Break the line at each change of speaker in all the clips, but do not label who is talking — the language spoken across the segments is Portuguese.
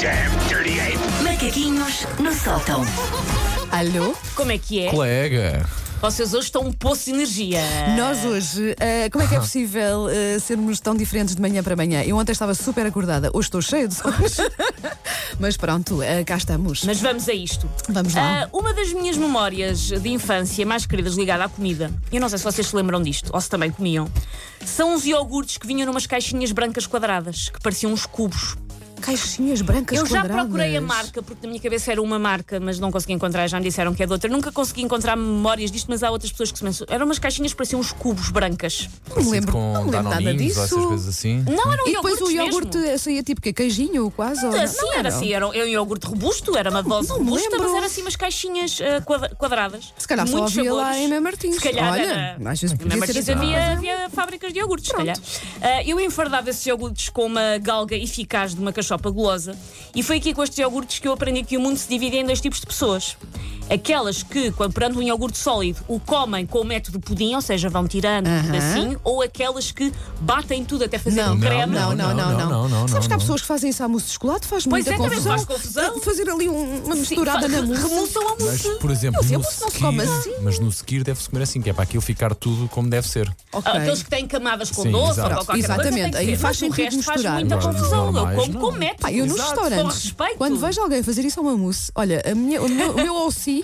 damn dirty ape!
Macaquinhos no sótão.
Alô?
Como é que é?
Colega,
Vocês hoje estão um poço de energia.
Nós hoje, eh, como é que é possível eh, sermos tão diferentes de manhã para manhã? Eu ontem estava super acordada, hoje estou cheia de sons. Mas pronto, eh, cá estamos.
Mas vamos a isto.
Vamos lá.
Ah, uma das minhas memórias de infância mais queridas ligada à comida, eu não sei se vocês se lembram disto, ou se também comiam, são uns iogurtes que vinham numas caixinhas brancas quadradas, que pareciam uns cubos.
Caixinhas brancas
eu já
quadradas.
procurei a marca, porque na minha cabeça era uma marca, mas não consegui encontrar, já me disseram que é de outra. Nunca consegui encontrar memórias disto, mas há outras pessoas que se mencionam. Eram umas caixinhas que pareciam uns cubos brancas.
Não me lembro,
com
não me lembro nada
danoninhos ou essas coisas
disso. Hum,
assim.
Não, eram
E depois o
iogurtes
iogurte
mesmo.
saía tipo que queijinho quase? ou não?
Assim,
Não
era assim, era um, era um iogurte robusto, era uma dose
não me
robusta,
lembro.
mas era assim umas caixinhas ah, quadra- quadradas.
Se calhar só
Muitos
havia lá
sabores.
em Mem Martins.
Se calhar
Olha,
era.
às vezes
Em Mem
podia ser
Martins
assim.
havia, havia fábricas de iogurtes, se calhar. Ah, eu enfardava esses iogurtes com uma galga eficaz de uma cachopa gulosa e foi aqui com estes iogurtes que eu aprendi que o mundo se divide em dois tipos de pessoas. Aquelas que, quando perante um iogurte sólido, o comem com o método pudim, ou seja, vão tirando um
Aham.
pedacinho, ou aquelas que batem tudo até fazer
Não,
um creme.
não, não, não, não,
não, não,
Sabes que há
não.
pessoas que fazem isso à mousse de chocolate, faz
Pois
muita
é, também
confusão.
faz confusão.
Fazer ali um- uma
Sim,
misturada
fa-
na mousse.
Remoçam a
Mas,
mousse.
por exemplo,
Não,
no
mas não se come
seguir-
assim.
mas no seguir deve-se comer assim, que é para aquilo ficar tudo como deve ser.
Ok.
Ah, Aqueles que têm camadas com
Sim,
doce
exato.
ou qualquer coisa.
Exatamente.
tem que
Aí
ser.
faz
Mas o
sentido
resto faz
misturar.
muita
Agora, dos
confusão. Eu
normais,
como
não.
com método.
Pá, eu nos
Exato, Com
restaurantes,
respeito.
quando vejo alguém fazer isso a uma mousse, olha, a minha- o meu, o meu OC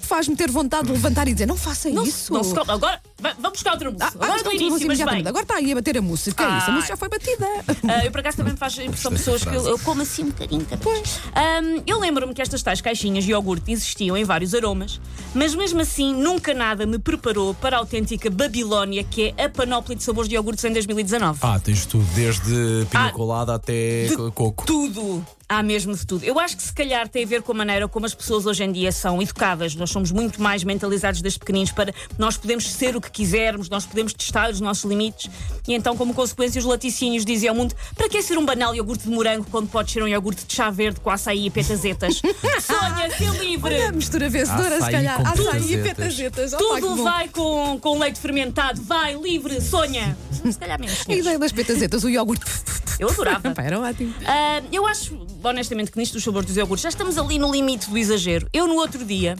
faz-me ter vontade de levantar e dizer: não faça
Não,
isso.
se- não se come. Agora, va- vamos buscar outra
Ah,
música.
ah,
Agora do
então,
início,
vamos
mas
imediatamente.
bem.
Agora está aí a bater a mousse. Que é isso? A mousse já foi batida.
Ah, eu, por acaso, também me faz a impressão de pessoas que eu, eu como assim um bocadinho também. Ahm, eu lembro-me que estas tais caixinhas de iogurte existiam em vários aromas, mas mesmo assim nunca nada me preparou para a autêntica Babilónia, que é a panóplia de sabores de iogurtes em 2019.
Ah, tens tudo, desde
Ah,
pina colada até co- coco.
tudo. Há mesmo de tudo. Eu acho que se calhar tem a ver com a maneira como as pessoas hoje em dia são educadas. Nós somos muito mais mentalizados desde pequeninos para nós podemos ser o que quisermos, nós podemos testar os nossos limites. E então, como consequência, os laticínios dizem ao mundo: para que ser um banal iogurte de morango quando pode ser um iogurte de chá verde com açaí e petazetas? Sonha, ser livre!
A mistura vencedora, se
Açaí
calhar.
Ah, tá
com
Açaí e
petazetas.
petazetas. Oh, pá, que
Tudo
bom.
vai com, com leite fermentado, vai livre, sonha! Se calhar menos.
A
senhores.
ideia das petazetas, o iogurte.
Eu adorava.
Pá, Era ótimo.
Ah, eu acho, honestamente, que nisto dos sabores dos iogurtes já estamos ali no limite do exagero. Eu, no outro dia,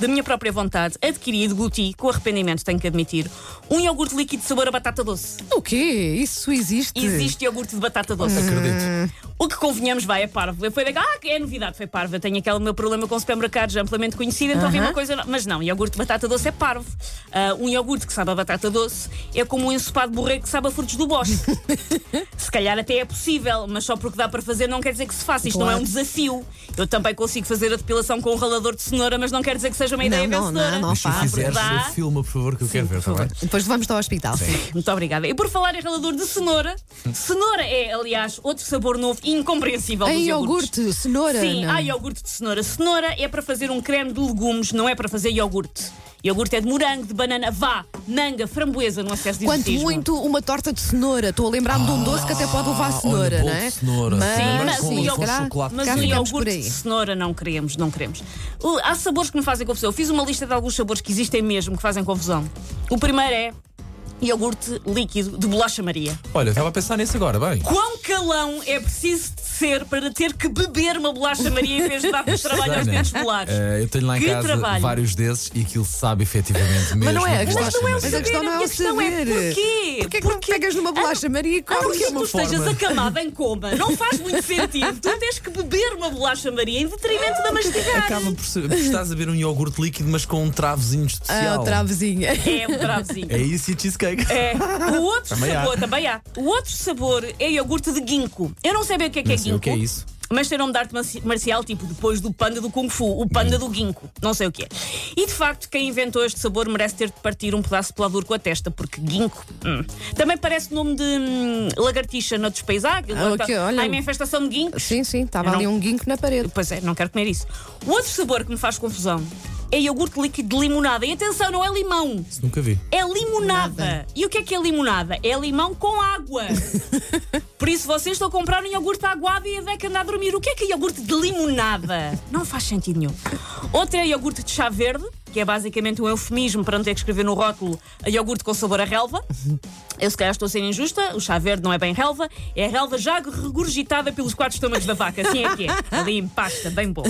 da minha própria vontade, adquiri e degluti, com arrependimento tenho que admitir, um iogurte líquido de sabor a batata doce.
O quê? Isso existe?
Existe iogurte de batata doce.
Hum,
Acredito.
O que convenhamos vai é parvo. Eu fui daquela, ah, é novidade, foi parvo. Eu tenho aquele meu problema com supermercados amplamente conhecido, então vi uma coisa. no- Mas não, iogurte de batata doce é parvo. Ah, um iogurte que sabe a batata doce é como um ensopado de borrego que sabe a frutos do bosque. se calhar até é possível, mas só porque dá para fazer não quer dizer que se faça. Isto não é
Claro.
um desafio. Eu também consigo fazer a depilação com um ralador de cenoura, mas não quer dizer que seja uma ideia
não, é,
vencedora.
não, não
Mas se
faz.
fizeres,
Dá.
filma, por favor, que eu quero ver, está bem?
Depois vamos ao hospital.
Muito obrigada. E por falar em ralador de cenoura, cenoura é, aliás, outro sabor novo e incompreensível dos
Em
iogurtes.
iogurte, cenoura.
Sim,
não.
há iogurte de cenoura. Cenoura é para fazer um creme de legumes, não é para fazer iogurte. Iogurte é de morango, de banana, vá, manga, framboesa no acesso de
Quanto
exotismo.
muito uma torta de cenoura. Estou a lembrar-me de um doce que até pode
Ah,
levar cenoura,
olha, bolo
não é?
de cenoura, cenoura
Mas,
com-
é, sim,
com
se calhar,
chocolate.
Mas
cá
o
ficamos por
iogurte
aí.
de cenoura não queremos, não queremos. O- Há sabores que me fazem confusão. Eu fiz uma lista de alguns sabores que existem mesmo que fazem confusão. O primeiro é iogurte líquido de bolacha Maria.
Olha, estava a pensar nisso agora, bem.
Quão calão é preciso de ser para ter que beber uma bolacha Maria em vez de dar trabalho aos
Susana,
dentes polares?
eh, eu tenho lá em
Que
casa
trabalho.
vários desses e aquilo sabe efetivamente mesmo.
Mas não é, a
que
questão,
bolacha
não é o
Maria.
saber, a questão não é
minha
o
questão é
saber.
porquê?
Porquê que não pegas numa bolacha, Maria, e
Ah,
comes?
porque tu
é forma.
estejas acamada em coma. Não faz muito sentido. Tu tens que beber uma bolacha Maria em detrimento da mastigar.
Acaba por, ser, por estás a ver um iogurte líquido, mas com um travozinho
Ah,
especial.
travezinha.
É um travezinho.
É isso e cheesecake.
É. O outro
Também há.
sabor, também há. O outro sabor é iogurte de ginkgo. Eu não sei bem o que é que é
Não sei
ginkgo.
o que é isso.
Mas tem nome de arte marci- marcial, tipo depois do panda do Kung Fu, o panda do ginkgo. Não sei o que é. E de facto, quem inventou este sabor merece ter de partir um pedaço de pelador com a testa, porque ginkgo. hum. Também parece nome de hum, lagartixa noutros países. Ah,
ok, olha.
há uma infestação de ginkgo.
Sim, sim, estava
Eu
ali
não-
um guinco na parede.
Pois é, não quero comer isso. O outro sabor que me faz confusão é iogurte líquido de limonada. E atenção, não é limão.
Isso nunca vi.
É limonada. E o que é que é limonada? É limão com água. Por isso vocês estão a comprar um iogurte aguado e a Deca anda a dormir. O que é que é iogurte de limonada? Não faz sentido nenhum. Outro é iogurte de chá verde. que é basicamente um eufemismo para não ter que escrever no rótulo iogurte com sabor a relva. Eu se calhar estou a ser injusta, o chá verde não é bem relva, é relva já regurgitada pelos quatro estômagos da vaca, assim é que é. Ali em pasta, bem bom.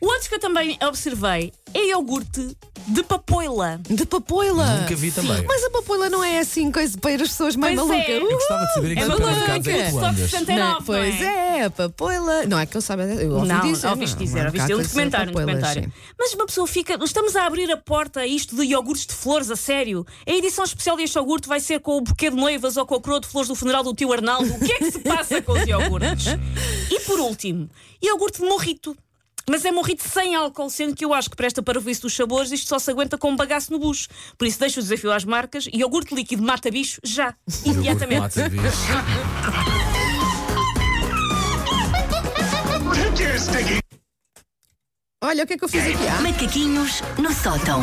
O outro que eu também observei é iogurte de papoila.
De papoila.
Nunca vi também.
Mas a papoila não é assim coisa para ir as pessoas mais
Pois
malucas.
é.
Eu
Uh!
gostava de saber em que
É uma
supermercados é que tu
coisa que
andas.
só 69,
pois
não é?
é, a papoila. Não é que eu saiba. Eu ouvi
não,
dizer.
ouviste dizer,
Há
ouviste
bocado
um
disse
documentário, um
papoila,
documentário.
sim.
Mas uma pessoa fica. Estamos a abrir a porta a isto de iogurtes de flores, a sério. A edição especial deste iogurte vai ser com o buquê de noivas ou com a coroa de flores do funeral do tio Arnaldo. O que é que se passa com os iogurtes? E por último, iogurte de morrito. Mas é morrito sem álcool, sendo que eu acho que presta para o vício dos sabores, isto só se aguenta com um bagaço no bucho. Por isso deixo o desafio às marcas: iogurte líquido mata bicho já, imediatamente.
Iogurte mata bicho.
Take your sticky
Olha, o que é que eu fiz aqui? Ah,
Macaquinhos no sótão.